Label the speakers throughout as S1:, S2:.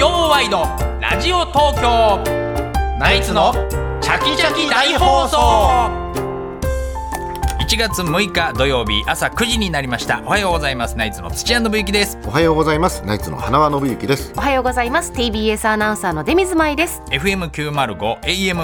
S1: のラジオ東京
S2: ナイツのチャキチャキ大放送
S1: 1月6日土曜日朝9時になりましたおはようございますナイツの土屋信之です
S3: おはようございます。ナイツの花輪信之です。
S4: おはようございます TBS アナウンサーの出水舞です
S1: FM905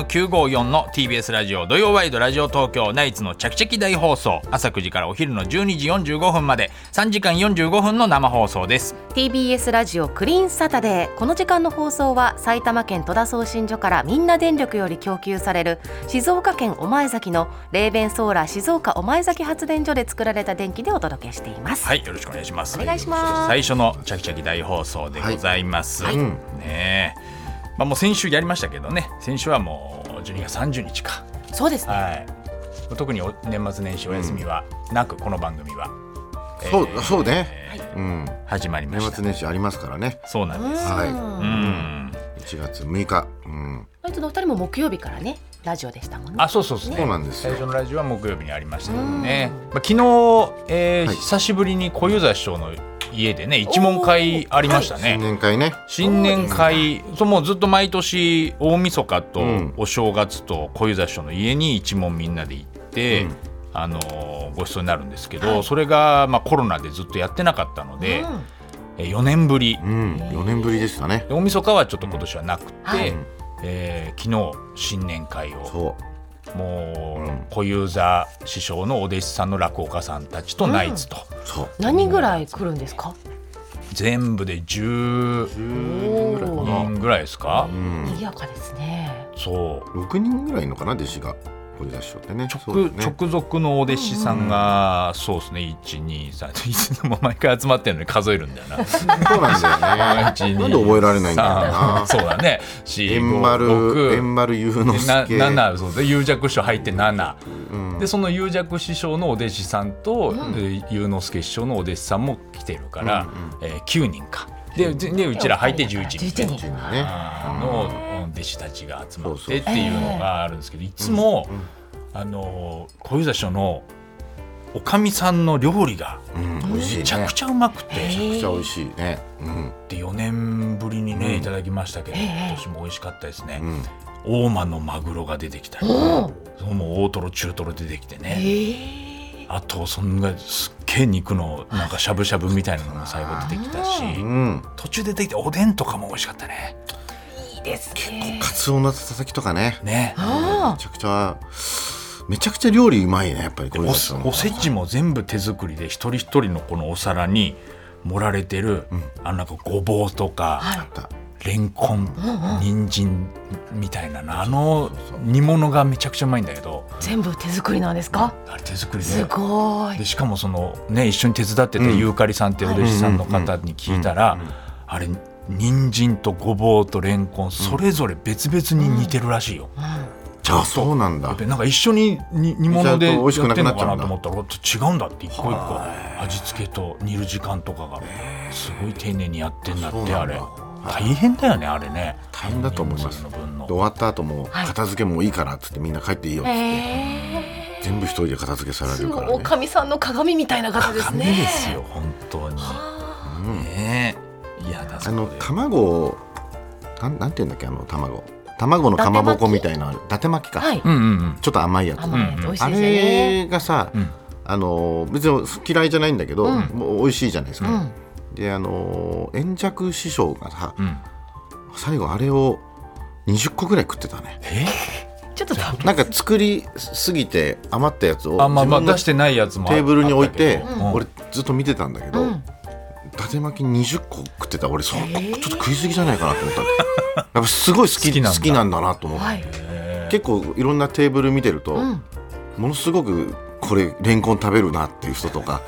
S1: AM954 の TBS ラジオ土曜ワイドラジオ東京ナイツのチャキチャキ大放送朝9時からお昼の12時45分まで3時間45分の生放送です
S4: TBS ラジオクリーンサタデーこの時間の放送は埼玉県戸田送信所からみんな電力より供給される静岡県御前崎の冷弁ソーラー静岡御前崎発電所で作られた電気でお届けしています、
S1: はいよろしくお願いします
S4: お願いします
S1: 最初のチャキチャキ大放送でございます、
S3: はいはい
S1: ねえまあもう先週やりましたけどね先週はもう12月30日か
S4: そうですね
S1: はい特にお年末年始お休みはなく、この番組は
S3: そう、そうね。うん。
S1: 始まりま
S3: 年
S1: した
S3: 末年始ありますからね。
S1: そうなんです
S3: はい
S1: うん
S3: 1月6日。うん。
S4: あいつのお二人も木曜日からねラジオでしたもんね
S1: あ、そうそうそう、
S3: そうなんですよ
S1: 最初のラジオは木曜日にありましたけどね。まあ、昨日、えー
S3: はい
S1: 久しぶりに小遊三師匠の家でね、一問会ありましたね。
S3: 新年会ね。
S1: 新年会、そうもうずっと毎年大晦日と
S3: うん
S1: お正月と小遊三師匠の家に一問みんなで行って、
S3: うん
S1: あのーご馳走になるんですけど、それがまあコロナでずっとやってなかったので、えー4年ぶり、
S3: うん。4年ぶりでしたね。
S1: で大晦日はちょっと今年はなくて、
S4: はい
S1: えー昨日新年会を
S3: そ
S1: もう、
S3: うん
S1: 小遊三師匠のお弟子さんの落語家さんたちとナイツと、
S3: う。そう。
S4: 何人ぐらい来るんですか
S1: 全部で10
S3: 10ぐらいかな。
S1: 人ぐらいですか、
S3: うん
S4: 賑。やかですね
S1: そう
S3: 6人ぐらいいるのかな弟子が。これ出しちゃってね。そう
S1: 直
S3: だね
S1: 直属のお弟子さんが、そうですね123いつでも毎回集まってるのに数えるんだよな。
S3: そうなんだよね。
S1: 1 2
S3: なんで覚えられないんだろうな
S1: 3そうだね
S3: 円丸、円丸雄之
S1: な
S3: 介。
S1: 7そうで有弱師匠入って7、
S3: うん
S1: でその有弱師匠のお弟子さんとえー祐之助師匠のお弟子さんも来てるから、えー9人かでででうちら入って11人
S4: 11人
S3: ね。
S1: あーの弟子たちが集まってっていうのがあるんですけどいつも、あのー小遊三師匠のおかみさんの料理が
S3: うん。美味しい
S1: め
S3: ね。
S1: ち
S3: めち
S1: ゃ
S3: ゃ
S1: くちゃうまくて、
S4: へ
S3: くちゃ美味しいね。うん。
S1: で4年ぶりにねいただきましたけど、今年も美味しかったですね、大間のマグロが出てきたり、そうもう大トロ中トロ出てきてね、あとそんなすっげえ肉のなんかしゃぶしゃぶみたいなのも最後出てきたし、
S3: うん。
S1: 途中で出てきたおでんとかも美味しかったね
S4: いいですね
S3: カツオのたたきとかね。
S1: ね
S3: めちゃくちゃめちゃくちゃ料理うまいねやっぱりこれ
S1: おせおせちも全部手作りで一人一人のこのお皿に盛られてる、あのなんかごぼうとか、レンコン、人参みたいなのあの煮物がめちゃくちゃうまいんだけど
S4: 全部手作りなんですか
S1: あれ手作りです
S4: ごい
S1: でしかもそのね一緒に手伝ってたユーカリさんっていうお弟子さんの方に聞いたらあれ人参とごぼうとレンコンそれぞれ別々に似てるらしいよ。
S3: あそうなんだ
S1: でなんか一緒にに煮物でや
S3: 煮ちゃうと美味しく
S1: っ
S3: な
S1: て
S3: く
S1: んの
S3: な
S1: か
S3: っちゃうん
S1: な
S3: だ
S1: と思ったら違うんだって一個一個味付けと煮る時間とかがすごい丁寧にやってんだってあれ
S3: そう
S1: 大変だよねあれね
S3: 大変だと思います
S1: 人数の分の
S3: で終わった後も片付けもういいからっつってみんな帰っていいよっつって、全部一人で片付けされ
S4: す
S3: る
S4: ご
S3: か
S4: い
S3: ら
S4: お
S3: ね
S4: かみさんの鏡みたいな方です
S1: 紙
S4: ね
S1: ですよ本当にねえいやだ
S3: あ
S1: そ
S3: の
S1: こで
S3: 卵をなんなんていうんだっけあの卵卵のかまぼこみたいなのある伊達巻きか、
S4: はい
S1: うんうんうん
S3: ちょっと甘いやつ、
S4: 甘いやつ美味し
S3: あ
S4: いですよね
S3: れがさ、
S1: ん
S3: あの別に嫌いじゃないんだけど、もう美味しいじゃないですか、であの円尺師匠がさ、
S1: ん
S3: 最後あれを20個ぐらい食ってたね
S1: え
S4: ちょっと食べ
S3: なんか作りすぎて余ったやつを
S1: あまあまあ
S3: 自分の
S1: 出してないやつもあ
S3: テーブルに置い
S1: あっ
S3: て
S1: たけどうん
S3: 俺ずっと見てたんだけど、伊達巻き20個食ってた俺そこちょっと食いすぎじゃないかなと思ったんだけどやっぱすごい好き
S1: 好
S3: 好
S1: き
S3: き
S1: なんだ
S3: なんだなと思って、
S4: はい
S3: 結構いろんなテーブル見てると、ものすごくこれレンコン食べるなっていう人とか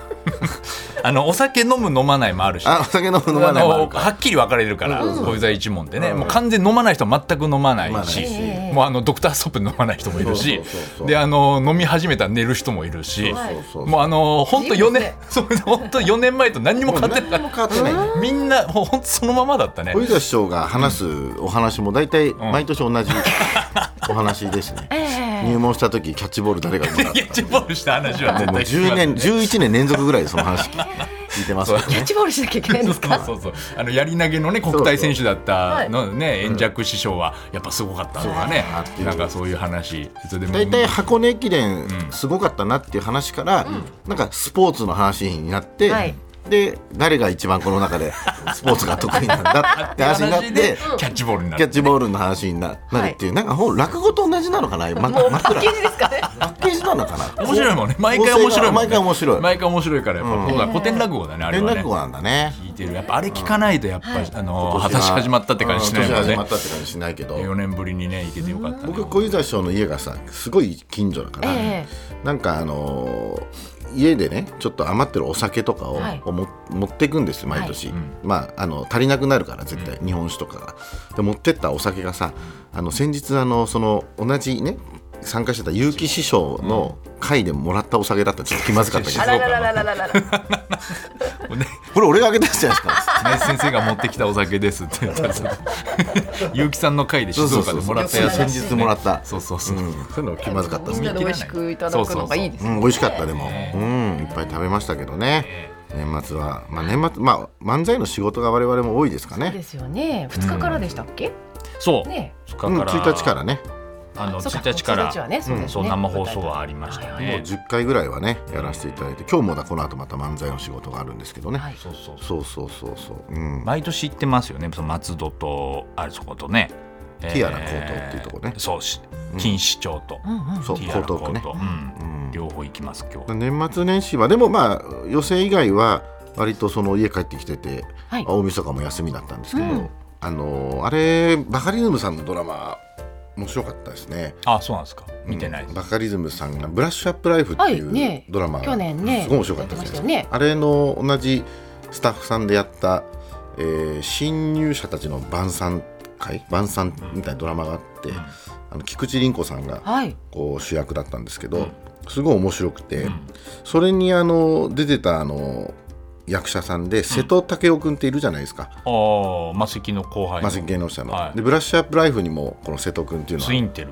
S1: あのお酒飲む飲まないもあるし
S3: あお酒飲む飲ま
S1: あ
S3: ないもあ
S1: の
S3: るから
S1: はっきり分かれるから小遊三一門でねもう完全に飲まない人は全く飲まな
S3: 飲ま
S1: い
S3: ない
S1: し
S3: し
S1: もうあのドクターストップ飲まない人もいるし
S3: そうそうそうそう
S1: であの飲み始めたら寝る人もいるし
S3: そうそうそう
S1: もうあの本当
S4: 自由
S1: 4
S4: です
S1: 年
S4: ね
S1: そう本当4年前と何にも変わってな
S3: もう何も
S1: い
S3: 変わってない
S1: みんなほんとそのままだったね
S3: 小遊三師匠が話すお話も大体毎年同 じお話ですね、入門した時キャッチボール誰がうまかった
S1: キャッチボールした話は絶
S3: も
S1: 対
S3: う
S1: 聞きます
S3: 10年11年連続ぐらいでその話聞いて似てますよ
S4: キャッ
S3: ね
S4: チボールしなきゃいけないんです か
S1: そうそうそうあのやり投げのね国体選手だったのね円弱師匠はやっぱすごかったとかね
S3: そうそうそう
S1: なんかそういう話それでも
S3: 大体箱根駅
S1: う
S3: 伝
S1: ん
S3: すごかったなっていう話から、なんかスポーツの話になって、
S4: はい
S3: で誰が一番この中でスポーツが得意なんだって話になっ
S1: 話
S3: て
S1: でキャッチボールにな
S3: キャッ
S1: る
S3: チボールの話にななるっていう、なんかほん落語と同じなのかな、ま、
S4: もうパッ
S3: 枕
S4: ケ
S3: パ
S4: ージですか ね
S3: ッケージなのかな
S1: 面白いもんね毎回面白いもんね
S3: 毎回面白い
S1: 毎回面白いからやっぱ、
S3: うん
S1: そうだ古典落語だねあれ
S3: 連
S1: はね
S3: 絡語なんだね
S1: 聞いてるやっぱあれ聞かないとやっぱ、あの
S3: 今年
S1: 果
S3: は
S1: たし始まったって感じしないもん
S3: うん年始
S1: ね
S3: まったって感じしないけど
S1: 4年ぶりにね行けてよかったね
S3: 僕小遊三師匠の家がさすごい近所だから、
S4: え
S3: なんかあのー家でねちょっと余ってるお酒とかを、
S4: はい
S3: をも持っていくんですよ毎年、まああの足りなくなるから絶対、日本酒とかがで持ってったお酒がさあの先日あのその同じね参加してた結城師匠の会でもらったお酒だったらちょっと気まずかったけ
S1: う
S4: あ
S1: ん
S3: ど
S4: らららららららら
S1: ね
S3: これ俺があげたやつじゃないですか
S1: ね先生が持ってきたお酒ですって言ったらさ結城さんの会で静岡でもらったやつ
S3: 先日もらった
S1: そうそうそう、
S3: うんそういうの気まずかったで
S4: み
S3: すけ
S4: んな
S3: ど
S4: で美味しくいただくのがいいです
S3: う
S4: ね
S3: ん、美味しかったでも、うん、いっぱい食べましたけどね。年末は、まあ、年末、まあ、漫才の仕事が我々も多いですか
S4: そう
S3: ね。
S4: ですよね二日からでしたっけ
S1: そう、
S4: ね
S1: 2日か
S3: うん、
S1: ら
S3: 1日からね、
S1: あの
S4: そう
S1: 1日から
S4: 1日はねそうですね
S1: そう生放送はありました
S4: はい
S1: ね、
S3: 10回ぐらいはね、やらせていただいて、今日もだ、この後また漫才の仕事があるんですけどね。
S4: はい
S1: そうそうそう
S3: そうそうそうそう、うん、
S1: 毎年行ってますよねその松戸とあそことねテ
S3: ィアラ江東っていうとこね
S1: そうし錦糸町と、
S4: うんうん
S3: そう、
S1: ティ
S3: 江
S1: アラ江
S3: 東
S1: 東
S3: 区ね。
S1: うん両方行きます今日
S3: 年末年始は、でも、まあ、予選以外は、割とその家帰ってきてて、
S4: はい
S3: 大晦日も休みだったんですけど。
S4: うん
S3: あのーあれ、バカリズムさんのドラマ、面白かったですね。
S1: あそうなんですか見てないです、
S3: バカリズムさんが「ブラッシュアップライフ」ってい
S4: はいね
S3: うドラマ、
S4: 去年ね
S3: すごい面白かったです
S4: やってましたよね
S3: あれの同じスタッフさんでやった、えー新入社たちの晩餐会晩餐みたいなドラマがあって、あの菊池凛子さんが
S4: はい
S3: こう主役だったんですけど、すごい面白くて、それにあの出てたあの役者さんで瀬戸武雄君っているじゃないですか、
S1: ああマセキの後輩
S3: ま
S1: の
S3: あ芸能者の、
S1: はい
S3: でブラッシュアップライフにもこの瀬戸君っていうのは
S1: ツインテル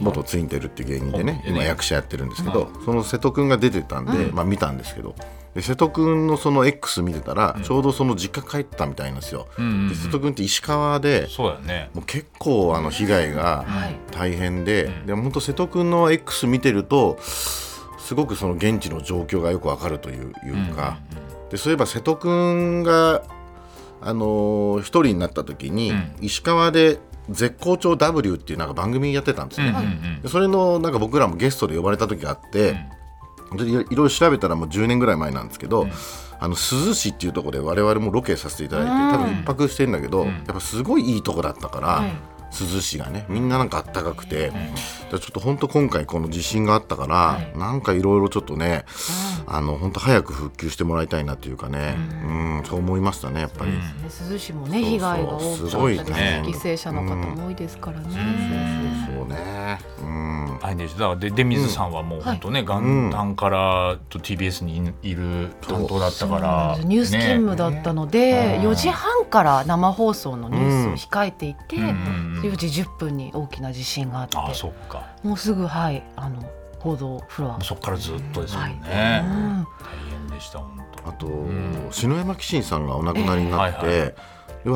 S3: 元ツインテールっていう芸人
S1: コン
S3: でね
S1: ビでね
S3: 今役者やってるんですけど、その瀬戸君が出てたんで、まあ、見たんですけどで瀬戸君のその X 見てたら、ちょうどその実家帰ったみたいなんですよ。
S1: んうんうん
S3: で瀬戸君って石川で
S1: そうだよね
S3: もう結構あの被害が大変で、で本当瀬戸君の X 見てるとすごくその現地の状況がよくわかるといういうか、でそういえば瀬戸君があのー一人になった時に、石川で絶好調 W っていうなんか番組やってたんですね、でそれのなんか僕らもゲストで呼ばれた時があって、でいろいろ調べたらもう10年ぐらい前なんですけど、あの珠洲市っていうところで我々もロケさせていただいて、多分一泊してんだけど、やっぱすごいいいとこだったから、珠洲市がねみんななんかあったかくて、でちょっと本当今回この地震があったから、なんかいろいろちょっとね、あの本当早く復旧してもらいたいなというかね、うん、そう思いましたねやっぱり。
S4: ね珠洲市もね被害が多
S3: そうそうす
S4: か
S3: ごい
S4: ったり
S3: ね
S4: 犠牲者の方も多いですからね
S3: そうね、うん、
S1: 大変でしただからで出水さんはもう本当ね、元旦からと TBS にいる担当だった
S4: そう
S1: か
S4: なん
S1: ら、
S4: ですニュース勤務だったので、4時半から生放送のニュースを控えていて、
S1: ん
S4: 4時10分に大きな地震があって
S1: ああそっか
S4: もうすぐはいあの報道フロア、
S1: そっからずっとですもんね、
S4: うん、
S1: 大変でした本当
S3: あと、篠山紀信さんがお亡くなりになって、
S1: ええはい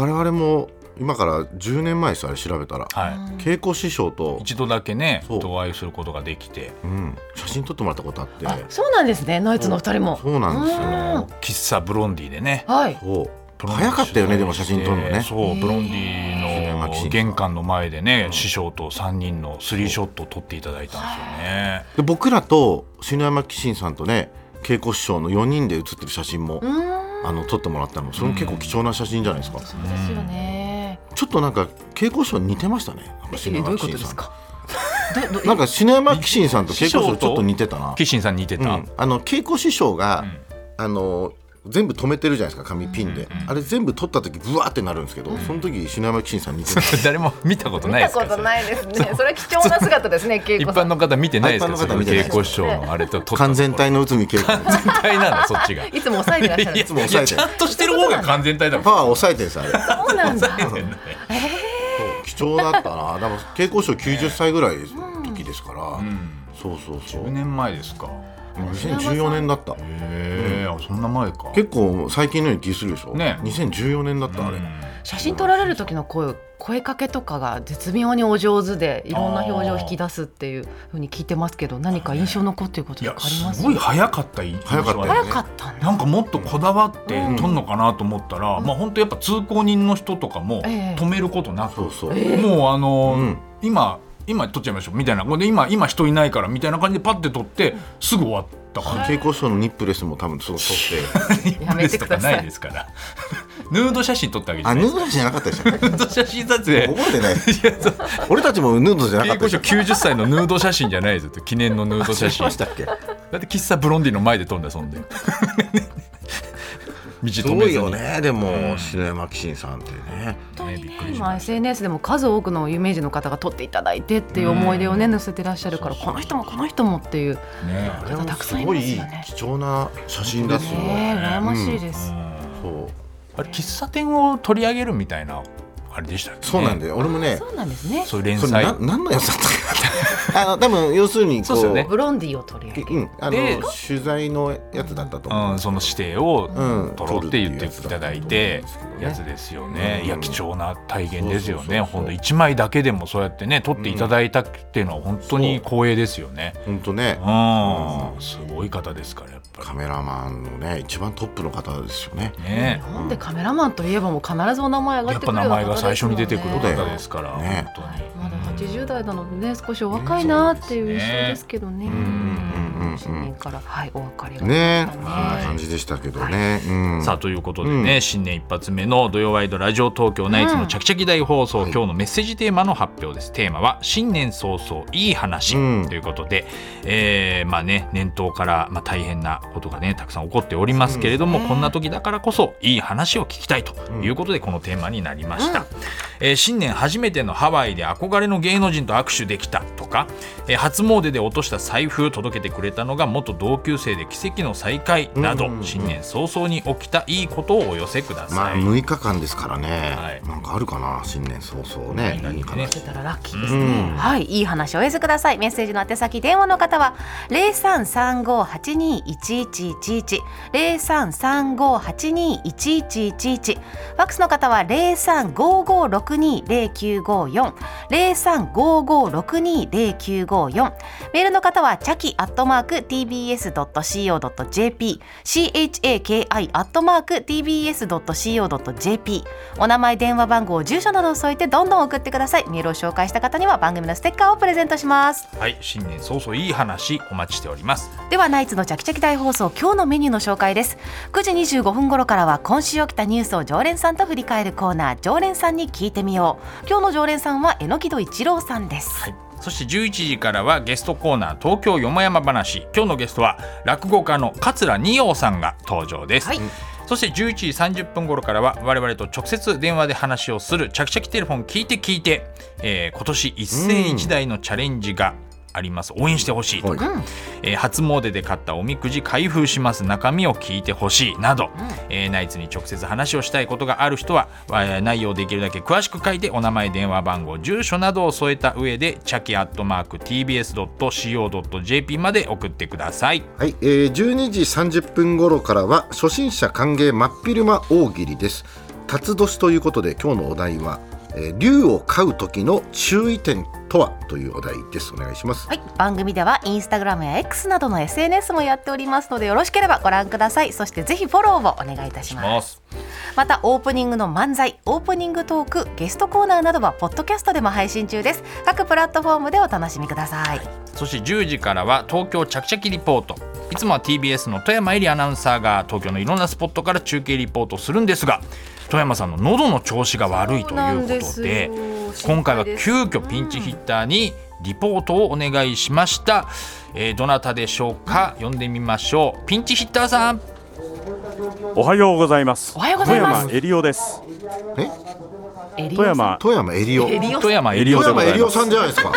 S1: は
S3: で我々も今から10年前ですあれ調べたら、
S1: はい
S3: 稽古師匠と、
S1: 一度だけね
S3: そう
S1: お会いすることができて
S3: うん、写真撮ってもらったことあって
S4: あそうなんですねナイツのお二人も
S3: そうなんですよ
S4: うん
S1: 喫茶ブロンディでね
S4: はい
S3: そう早かったよねでも写真撮るのね
S1: そうブロンディ
S3: マキ
S1: の
S3: シンさん
S1: 玄関の前でね師匠と3人のスリーショットを撮っていただいたんですよね
S3: で僕らと篠山紀信さんとね稽古師匠の4人で写ってる写真も、
S4: うん
S3: あの撮ってもらったのそれも結構貴重な写真じゃないですか、
S4: そうですよね、
S3: ちょっとなんか紀信さんに似てましたねなんか
S4: え
S3: 篠
S4: ど
S3: 山
S4: ういうこ
S3: 紀信
S4: とで
S3: さ
S4: す
S3: ん
S4: か
S3: となんか篠山紀信さんと稽古師匠ちょっと似てたな
S1: 岸信さん似てた、
S3: うん、あの稽古師匠が、あの全部止めてるじゃないですか紙ピンで、あれ全部取った時ブワーってなるんですけど、その時篠山紀信さん似てる
S1: 誰も見たこと
S4: 見
S1: ないで
S4: た
S1: すか
S4: こ
S1: ら
S4: とないですねそれは貴重な姿ですね稽
S1: 一
S4: 古さ
S1: 般
S4: ん
S1: の方見てないですから
S3: 一
S1: そ
S3: 般の方
S1: の
S3: 見てない
S1: 稽古師匠のあれと撮った
S3: 完全体の内海稽 古
S1: 完全体なんだそっちがい
S4: いつも抑えてらっしゃる
S1: や
S4: ん
S1: い
S4: で
S1: や
S4: す
S3: も抑えて
S1: ちゃんとしてる方が完全体だもん
S3: パワー抑えてるんですあれ
S4: そうなんだ
S3: 貴重だったなでも稽古師匠90歳ぐらいの時ですから、そうそうそう
S1: 10年前ですか
S3: 2014年だった
S1: ええそんな前か
S3: 結構最近のように気するでしょ、
S1: ね
S3: 2014年だったあれ、
S4: 写真撮られる時の声声かけとかが絶妙にお上手でいろんな表情を引き出すっていうふうに聞いてますけど何か印象残っていること
S1: い
S4: と
S1: や
S4: かあります
S1: すごい早かった印象
S3: 早かったよね
S1: だ
S4: 早かったんだ
S1: なんかもっとこだわって撮んのかなと思ったら、まあ本当やっぱ通行人の人とかも
S4: ええ
S1: 止めることなく、
S3: そうそう、
S1: もうあの
S3: うん
S1: 今今撮っちゃいましょうみたいなこれで今今人いないからみたいな感じでパッて撮ってすぐ終わった感
S3: 蛍光ショーのニップレスも多分そう撮って
S1: じ、
S4: やめてください
S1: ニップレスとかないですから ヌード写真撮ったわけじゃ
S3: あ
S1: な
S3: ヌ
S1: い
S3: ードじゃなかったでしたっけ
S1: ヌード写真撮影
S3: 覚えて ない俺たちもヌードじゃなか
S1: 稽
S3: った
S1: 古
S3: でし
S1: 書
S3: ょ
S1: 90歳のヌード写真じゃないですよ記念のヌード写真
S3: そうでしたっけ
S1: だって喫茶ブロンディの前で飛んだそんで 道
S3: す
S1: 止
S3: ご
S1: め
S3: い
S1: ず
S3: よ
S1: に、
S3: ねでも篠山紀信さんってね
S4: 本当に
S1: ね
S4: ね
S1: びっくりしました
S4: 今 SNS でも数多くの有名人の方が撮っていただいてっていう思い出をね載せてらっしゃるからこの人もこの人もっていう
S1: ね
S3: あれも
S4: たく
S3: す
S4: さんい
S3: ご
S4: ま
S3: い
S4: すよね
S3: 貴重な写真だと思う、
S4: ねえ羨ましいです、
S3: そう
S1: あれ喫茶店を取り上げるみたいなあれでしたっけね、
S3: そうなんだよ、俺もね
S4: そうなんですね
S1: そういう連
S3: それ
S1: 載
S3: な何のやつだったかなあの多分要するにこ
S1: そうっすよね
S4: ブロンディを取り上げ
S3: うん、あ
S1: で
S3: の取材のやつだったと思
S1: う、
S3: うん
S1: その指定を
S3: うん
S1: 取ろうって言っていただいてやつですよね、
S3: うん
S1: いや貴重な体験ですよ
S3: そうそう
S1: ね
S3: そう
S1: 本当1枚だけでもそうやってね取っていただいたっていうのは本当に光栄ですよね、
S3: 本当ね
S1: うんすごい方ですからやっぱ
S3: カメラマンのね一番トップの方ですよね
S1: りね
S4: なんでカメラマンといえばもう必ずお名前上が
S1: やっ
S4: っ
S1: て
S4: く
S1: ぱ
S4: る
S1: 名前が
S4: ような方
S1: 最
S4: です
S1: 初
S4: もん
S1: に
S4: ね
S1: 出てくる方ですから、
S3: ね
S1: 本
S4: は
S1: 当
S4: い
S1: に、
S4: まだ80代なのでね少しお若いなっていう印象ですけどね。
S3: うんうんうんうん
S4: 新年からはいお別れが
S3: ね
S4: あ
S3: こ
S4: り
S3: ん
S4: ま
S3: な
S4: した
S3: 感じでしたけどね、うん
S1: さあということでね、新年一発目の「土曜ワイドラジオ東京ナイツのチャキチャキ大放送」今日のメッセージテーマの発表ですテーマは「新年早々いい話」
S3: うん
S1: ということで、えーまあね年頭から、まあ、大変なことがねたくさん起こっておりますけれども、
S4: うん
S1: こんな時だからこそいい話を聞きたいということで、このテーマになりました、えー新年初めてのハワイで憧れの芸能人と握手できたとか、えー初詣で落とした財布届けてくれたのが元同級生で奇跡の再会など、
S3: うんうんうん
S1: 新年早々に起きたいいことをお寄せくだ
S3: ま
S1: さ
S3: あ
S1: い、
S3: 6日間ですからね、
S1: はい
S3: なんかあるかな新年早々ね
S1: 何々ね
S3: いいかな
S4: 聞けたらラッキーです
S3: う
S4: ね
S3: ん。
S4: はい、いい話をお寄せください。メッセージの宛先、電話の方は零三三五八二一一一一零三三五八二一一一一。ファックスの方は零三五五六二零九五四零三五五六二零九五四。メールの方はチャキアットマーク TBS ドット CO ドット JP、CHAKI アットマーク TBS ドット CO ドット JP。お名前、電話番号、住所などを添えてどんどん送ってください。メールを紹介した方には番組のステッカーをプレゼントします。
S1: はい新年早々いい話お待ちしております
S4: ではナイツのチャキチャキ大放送今日のメニューの紹介です9時25分頃からは今週起きたニュースを常連さんと振り返るコーナー常連さんに聞いてみよう今日の常連さんは榎木戸一郎さんです、
S1: はいそして11時からはゲストコーナー東京よもやま話今日のゲストは落語家の桂二葉さんが登場です、
S4: はい
S1: そして11時30分頃からは我々と直接電話で話をするチャキチャキテレフォン聞いて聞いて、えー今年一世一代のチャレンジがあります応援してほしいとか、
S3: はい
S1: えー初詣で買ったおみくじ開封します中身を聞いてほしいなど、えーナイツに直接話をしたいことがある人は、えー内容をできるだけ詳しく書いてお名前電話番号住所などを添えた上でチャキアットマーク TBS.CO.JP まで送ってください
S3: はい、えー、12時30分頃からは初心者歓迎真っ昼間大喜利です辰年ということで今日のお題は、えー、竜を飼う時の注意点とはというお題ですお願いします
S4: はい、番組ではインスタグラムや X などの SNS もやっておりますのでよろしければご覧くださいそしてぜひフォローをお願いいたします
S1: ます
S4: またオープニングの漫才オープニングトークゲストコーナーなどはポッドキャストでも配信中です各プラットフォームでお楽しみください、
S1: そして10時からは東京ちゃきちゃきリポートいつもは TBS の富山エリアナウンサーが東京のいろんなスポットから中継リポートするんですが富山さんの喉の調子が悪いということで今回は急遽ピンチヒッターにリポートをお願いしました、えーどなたでしょうか呼んでみましょうピンチヒッターさん
S5: おはようございます。
S4: おはようございます
S5: 富山エリオです。
S3: え
S4: エリオ
S5: 富
S4: さん
S5: 山。
S3: 富山エリオ
S4: エリオさん
S1: 富山エリ
S5: リ
S1: オ
S5: オ
S3: 富
S5: でご
S3: 山
S5: ざ
S3: エ
S5: います
S3: リオさんじゃないですか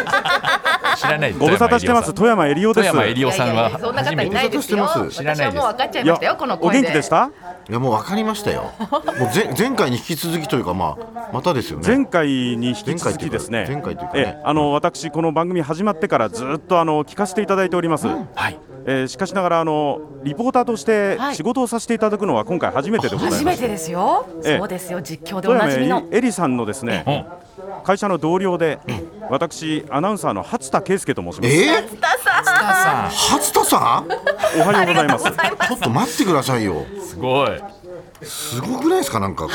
S1: 知らないです
S5: ご無沙汰してます。
S1: 富
S5: 富山エリオです。
S1: 山エリオさん
S4: いや
S1: はい
S4: やそんな方いないですよ。
S3: 初めて
S1: 知らな
S4: 私
S1: いで
S4: は
S1: す
S4: もう分かっちゃい
S5: い
S4: ま
S5: や
S4: したよ、この
S5: お
S4: 声で。
S5: 元気でした？
S3: いやもう分かりましたよもう前前回に引き続きというかまあまたですよね
S5: 前回に引き続きですね。
S3: 前回というか前回というかね
S5: ええ、あの私この番組始まってからずっとあの聞かせていただいております。
S1: はい
S5: えーしかしながらあのリポーターとして
S4: はい
S5: 仕事をさせていただくのは今回初めてでございます、
S4: 初めてですよ、
S5: ええ
S4: そうですよ実況でお
S5: 富
S4: な
S5: 山
S4: じみの
S5: えりさんのですね
S1: うん
S5: 会社の同僚で、私アナウンサーの初田圭介と申します、
S3: えー、
S1: さ
S3: 初田さん
S5: おはようございます
S3: ちょっと待ってくださいよ
S1: んすごい
S3: すごくないですかなんかこ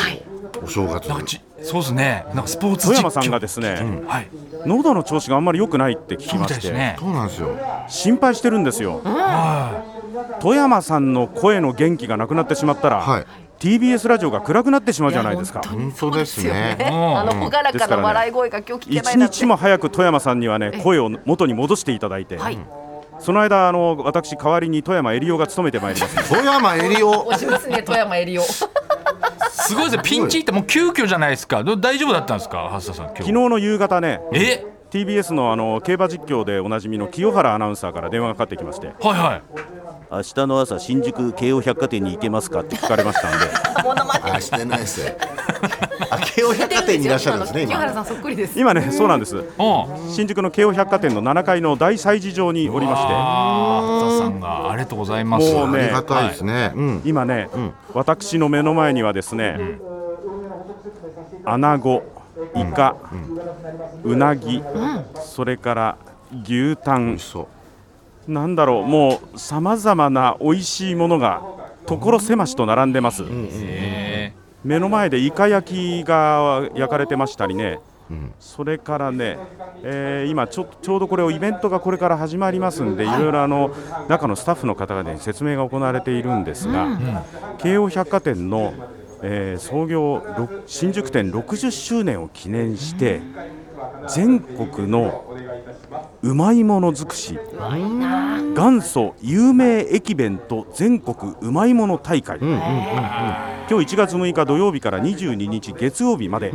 S3: うお正月
S1: なんかちそうですねなんかスポーツ
S5: 富
S1: 実
S5: 山
S1: 況
S5: さんがですね、
S1: はい
S5: 喉の調子があんまり良くないって聞き
S1: そうみ
S5: ま
S1: たい
S5: し
S1: です
S5: て、
S1: ね
S3: そうなんですよ
S5: 心配してるんですよ、
S1: は
S5: 富山さんの声の元気がなくなってしまったら、
S3: はい
S5: TBS ラジオが暗くなってしまうじゃないですか
S3: 本当です
S4: ね
S3: ね
S4: あの朗ら
S5: で
S4: か
S5: す
S4: な
S5: からね
S4: 笑い声が今日聞け
S5: 一
S4: ないなんて
S5: 日も早く富山さんにはね
S4: え
S5: 声を元に戻していただいて、
S4: はい、
S5: その間あの私代わりに富山エリオが務めてまいります
S3: 富山エリオ
S6: お上手ね富山エリオ。
S1: いすごいですねピンチってもう急遽じゃないですかど大丈夫だったんですか橋田さん今日
S5: 昨日の夕方ね
S1: え
S5: TBS のあの競馬実況でおなじみの清原アナウンサーから電話がかかってきまして
S1: はいはい
S5: 明日の朝新宿京王百貨店に行けますかって聞かれましたんで
S3: あしてないですよあ京王百貨店にいらっしゃるんですね
S4: 清原
S3: 今
S4: さんそっくりです
S5: 今ねそうなんです
S1: うん
S5: 新宿の京王百貨店の7階の大催事場におりまして
S1: ああ、さんがありがとうございます。
S5: もうね
S3: ありがたいですね、うん
S5: 今ね、私の目の前にはですね、アナゴ、イカ、うなぎ、それから牛タ
S3: 美
S5: ン
S3: 味し、そう
S5: なんだろう、もうさまざまな美味しいものが所狭しと並んでます、
S1: え
S5: 目の前でイカ焼きが焼かれてましたりね。それからね、えー今ちょちょうどこれをイベントがこれから始まりますんで、い、ろいろあの中のスタッフの方がね説明が行われているんですが、京王百貨店の、えー創業ろ新宿店60周年を記念して、全国のうまいもの尽くし元祖有名駅弁と全国うまいもの大会、今日1月6日土曜日から22日月曜日まで、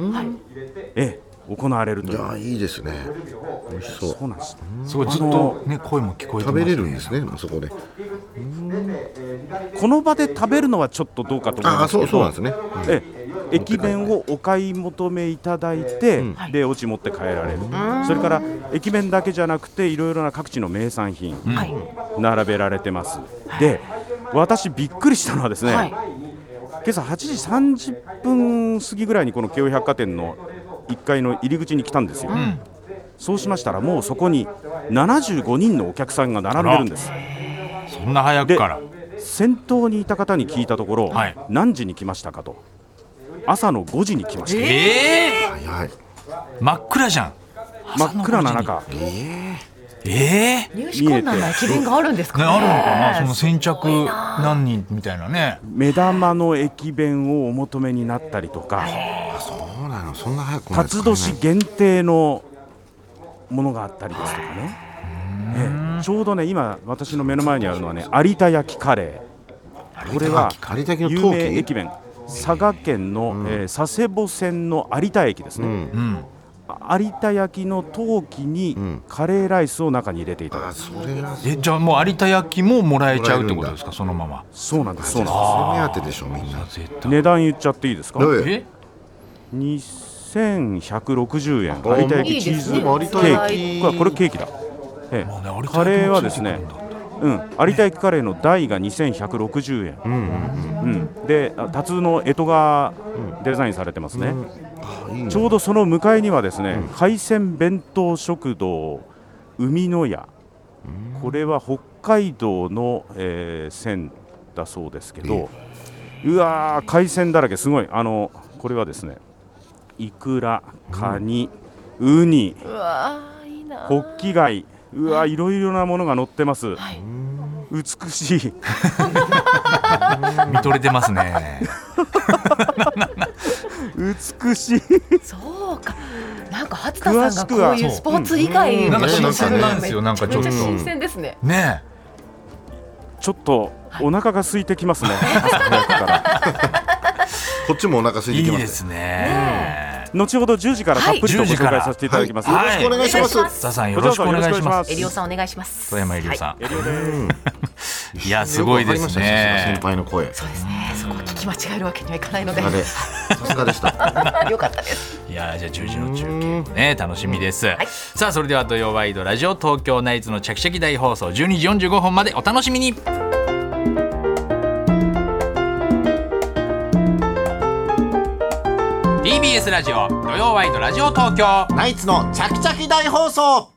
S5: ええ行われると
S3: い
S5: いう
S3: やいいですね美味しそう
S5: そうなんです
S1: えすごいずっとね声も聞こえてます
S3: 食べれるんですねあそこで
S5: この場で食べるのはちょっとどうかと思い
S3: あ
S5: ま
S3: あ
S5: す
S3: そ
S5: け
S3: うそうな
S5: ど
S3: んですね、
S5: ええ駅弁をお買い求めいただいて、でお家持って帰られる、それから駅弁だけじゃなくていろいろな各地の名産品、
S4: はい
S5: 並べられてます、で私びっくりしたのはですね、
S4: はい
S5: 今朝8時30分過ぎぐらいにこの京王百貨店の1階の入り口に来たんですよ、そうしましたらもうそこに75人のお客さんが並んでるんです
S1: そんな早くから。
S5: 先頭にいた方に聞いたところ、
S1: はい
S5: 何時に来ましたかと朝の5時に来ました、
S1: ええ
S3: はい
S1: 真っ暗じゃん。
S5: 真っ暗な中
S1: ええ
S4: 入試困難な駅弁があるんですか
S1: ね
S4: ね
S1: あるのかなその先着何人みたいなね。
S5: 目玉の駅弁をお求めになったりとか
S3: そうなのそんな早く来ないです
S5: 辰
S3: かね
S5: 年限定のものがあったりですとかね、ええちょうどね今私の目の前にあるのはね有田焼きカレーこれは
S3: 有田焼きの
S5: 有
S3: 陶器
S5: 名駅弁佐賀県の、えー佐世保線の有田駅ですね、
S1: うん。
S5: あ有田焼きの陶器にカレーライスを中に入れていただく、
S3: あそれは
S1: えじゃあもう有田焼きももらえちゃうってことですかそのまま。
S5: そうなんですそうなん
S3: それ目当てでしょみんな
S1: 絶
S5: です値段言っちゃっていいですか
S3: ど
S1: 対。え
S5: 2160円
S3: あ
S5: 有田焼きチーズケ
S4: いいですね
S5: ーキ
S4: 有田焼
S3: き
S5: これこれケーキだ、ええ
S1: まあね有田焼きも
S5: カレーはですね
S1: ついてくるん
S5: うん、有田焼きカレーの台が2160円、うんであタツの干支がデザインされてますね、ちょうどその向かいにはですね、海鮮弁当食堂海の屋、これは北海道の、えー線だそうですけど、うわー海鮮だらけすごいあのこれはですねイクラカニ、ウニ
S4: うわーいいな
S5: ホッキ貝うわいろいろなものが載ってます、
S4: はい
S5: 美しい
S1: 見とれてます ね。
S5: 美しい
S4: そうかなんか初田さんがこう
S5: 詳し
S4: い
S5: く
S4: う
S5: は
S4: スポーツ以外
S1: なんか
S4: の
S1: 新鮮なんですよなんかちょっと
S4: めっゃ新鮮ですね
S1: ね
S5: ちょっとお腹が空いてきますね朝早くから
S3: こっちもお腹
S1: え
S3: 空い
S1: い
S3: て
S1: い
S3: きま
S1: ですすね。
S5: 後ほど10時からたっぷりと
S1: はい
S5: ご
S1: 10時
S5: 紹
S1: から
S5: 介させていただきます、
S1: はい
S3: よろしくお願いします
S1: 橋田さんよろしくお願いします。
S4: エリオさんお願いします
S1: 富山エリオ
S4: はい、
S1: さん。
S3: うん
S1: いやすごいです
S3: よくわかりました
S1: ね
S3: 先。輩の声
S4: そうですねそこを聞き間違えるわけにはいかないので
S3: あれさすがでした。
S4: よかったです。
S1: いやーじゃあ10時の中継もね楽しみです、さあそれでは土曜ワイドラジオ東京ナイツのチャキチャキ大放送12時45分までお楽しみに「TBS ラジオ土曜ワイドラジオ東京」
S2: ナイツのチャキチャキ大放送